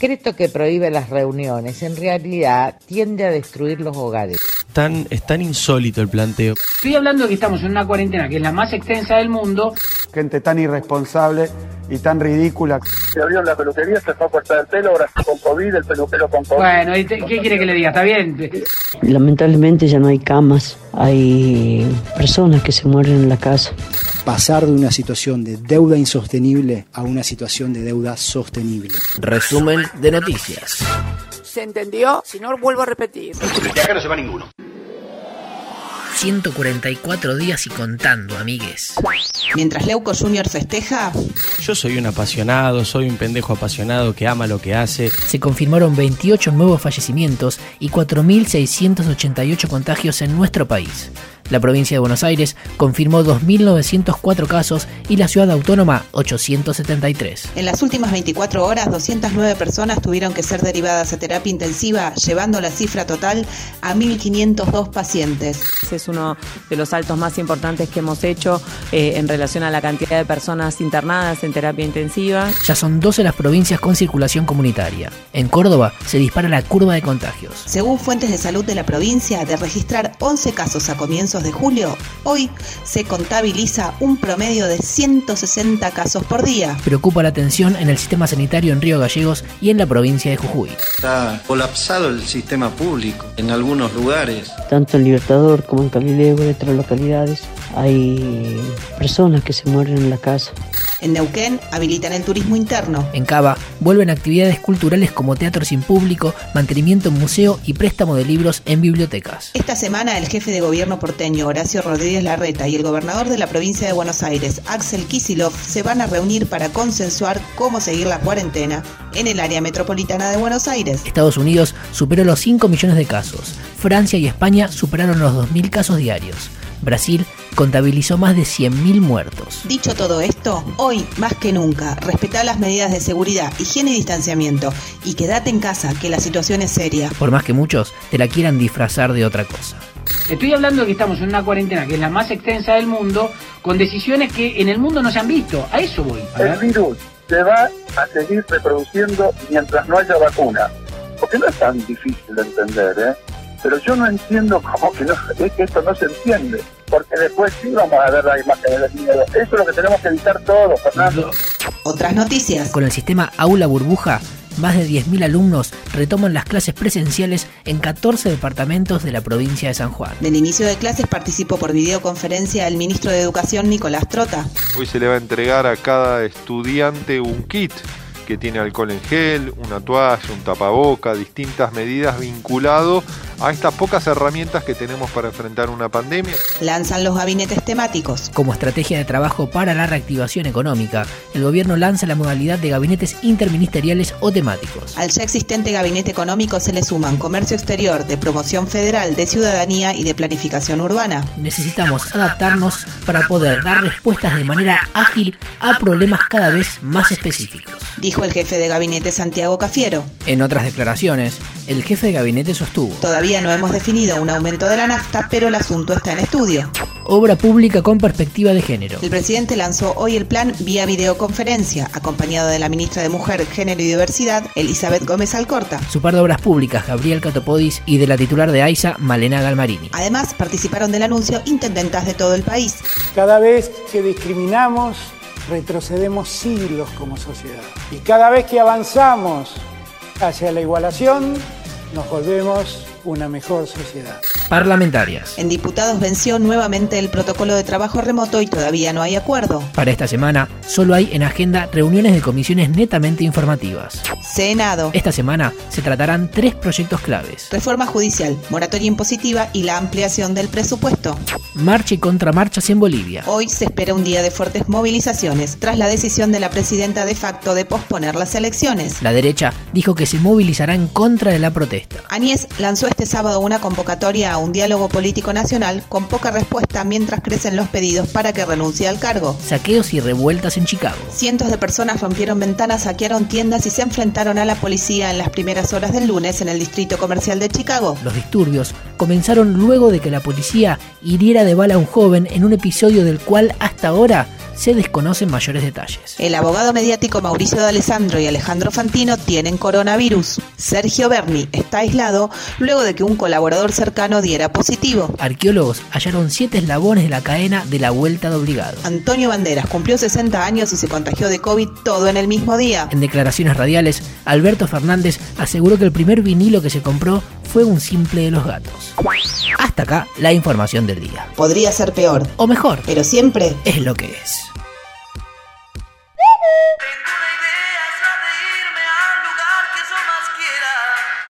decreto que prohíbe las reuniones en realidad tiende a destruir los hogares. Tan, es tan insólito el planteo. Estoy hablando de que estamos en una cuarentena que es la más extensa del mundo. Gente tan irresponsable y tan ridícula. Se abrió la peluquería, se fue a cortar el pelo, ahora con COVID, el peluquero con COVID. Bueno, ¿y te- ¿qué quiere que le diga? ¿Está bien? Lamentablemente ya no hay camas, hay personas que se mueren en la casa. pasar de una situación de deuda insostenible a una situación de deuda sostenible. Resumen de noticias. ¿Se entendió? Si no, vuelvo a repetir. 144 días y contando, amigues. Mientras Leuco Junior festeja, Yo soy un apasionado, soy un pendejo apasionado que ama lo que hace. Se confirmaron 28 nuevos fallecimientos y 4.688 contagios en nuestro país. La provincia de Buenos Aires confirmó 2.904 casos y la ciudad autónoma 873. en las últimas 24 horas, 209 personas tuvieron que ser derivadas a terapia intensiva, llevando la cifra total a 1.502 pacientes. Es uno de los saltos más importantes que hemos hecho eh, en relación a la cantidad de personas internadas en terapia intensiva. Ya son 12 las provincias con circulación comunitaria. En Córdoba se dispara la curva de contagios. Según fuentes de salud de la provincia, de registrar 11 casos a comienzos de julio, hoy se contabiliza un promedio de 160 casos por día. Preocupa la atención en el sistema sanitario en Río Gallegos y en la provincia de Jujuy. Está colapsado el sistema público en algunos lugares. Tanto en Libertador como en Calileo y otras localidades hay personas que se mueren en la casa. En Neuquén habilitan el turismo interno. En Cava vuelven actividades culturales como teatro sin público, mantenimiento en museo y préstamo de libros en bibliotecas. Esta semana el jefe de gobierno porteño Horacio Rodríguez Larreta y el gobernador de la provincia de Buenos Aires, Axel Kisilov, se van a reunir para consensuar cómo seguir la cuarentena en el área metropolitana de Buenos Aires. Estados Unidos superó los 5 millones de casos. Francia y España superaron los 2.000 casos diarios. Brasil contabilizó más de 100.000 muertos. Dicho todo esto, hoy más que nunca, respetá las medidas de seguridad, higiene y distanciamiento y quédate en casa, que la situación es seria. Por más que muchos te la quieran disfrazar de otra cosa. Estoy hablando de que estamos en una cuarentena que es la más extensa del mundo, con decisiones que en el mundo no se han visto. A eso voy. El virus se va a seguir reproduciendo mientras no haya vacuna. Porque no es tan difícil de entender, ¿eh? Pero yo no entiendo cómo que, no, es que esto no se entiende. Porque después sí vamos a ver la imagen de los niños. Eso es lo que tenemos que evitar todos, Fernando. Otras noticias. Con el sistema Aula Burbuja, más de 10.000 alumnos retoman las clases presenciales en 14 departamentos de la provincia de San Juan. Del inicio de clases participó por videoconferencia el ministro de Educación Nicolás Trota. Hoy se le va a entregar a cada estudiante un kit que tiene alcohol en gel, una toalla, un tapaboca, distintas medidas vinculado a estas pocas herramientas que tenemos para enfrentar una pandemia. Lanzan los gabinetes temáticos. Como estrategia de trabajo para la reactivación económica, el gobierno lanza la modalidad de gabinetes interministeriales o temáticos. Al ya existente gabinete económico se le suman comercio exterior, de promoción federal, de ciudadanía y de planificación urbana. Necesitamos adaptarnos para poder dar respuestas de manera ágil a problemas cada vez más específicos. Dijo el jefe de gabinete Santiago Cafiero. En otras declaraciones, el jefe de gabinete sostuvo, Todavía no hemos definido un aumento de la nafta, pero el asunto está en estudio. obra pública con perspectiva de género. El presidente lanzó hoy el plan vía videoconferencia, acompañado de la ministra de Mujer, Género y Diversidad, Elizabeth Gómez Alcorta. Su par de obras públicas, Gabriel Catopodis, y de la titular de AISA, Malena Galmarini. Además, participaron del anuncio intendentas de todo el país. Cada vez que discriminamos, retrocedemos siglos como sociedad. Y cada vez que avanzamos hacia la igualación, nos volvemos una mejor sociedad. Parlamentarias. En diputados venció nuevamente el protocolo de trabajo remoto y todavía no hay acuerdo. Para esta semana, solo hay en agenda reuniones de comisiones netamente informativas. Senado. Esta semana se tratarán tres proyectos claves. Reforma judicial, moratoria impositiva y la ampliación del presupuesto. Marcha y contramarchas en Bolivia. Hoy se espera un día de fuertes movilizaciones tras la decisión de la presidenta de facto de posponer las elecciones. La derecha dijo que se movilizará en contra de la protesta. Añez lanzó este sábado una convocatoria a un diálogo político nacional con poca respuesta mientras crecen los pedidos para que renuncie al cargo. Saqueos y revueltas en Chicago. Cientos de personas rompieron ventanas, saquearon tiendas y se enfrentaron a la policía en las primeras horas del lunes en el distrito comercial de Chicago. Los disturbios comenzaron luego de que la policía hiriera de bala a un joven en un episodio del cual hasta ahora se desconocen mayores detalles. El abogado mediático Mauricio de Alessandro y Alejandro Fantino tienen coronavirus. Sergio Berni está aislado luego de que un colaborador cercano diera positivo. Arqueólogos hallaron siete eslabones de la cadena de la vuelta de obligado. Antonio Banderas cumplió 60 años y se contagió de COVID todo en el mismo día. En declaraciones radiales, Alberto Fernández aseguró que el primer vinilo que se compró fue un simple de los gatos. Hasta acá la información del día. Podría ser peor. O mejor. Pero siempre Es lo que es.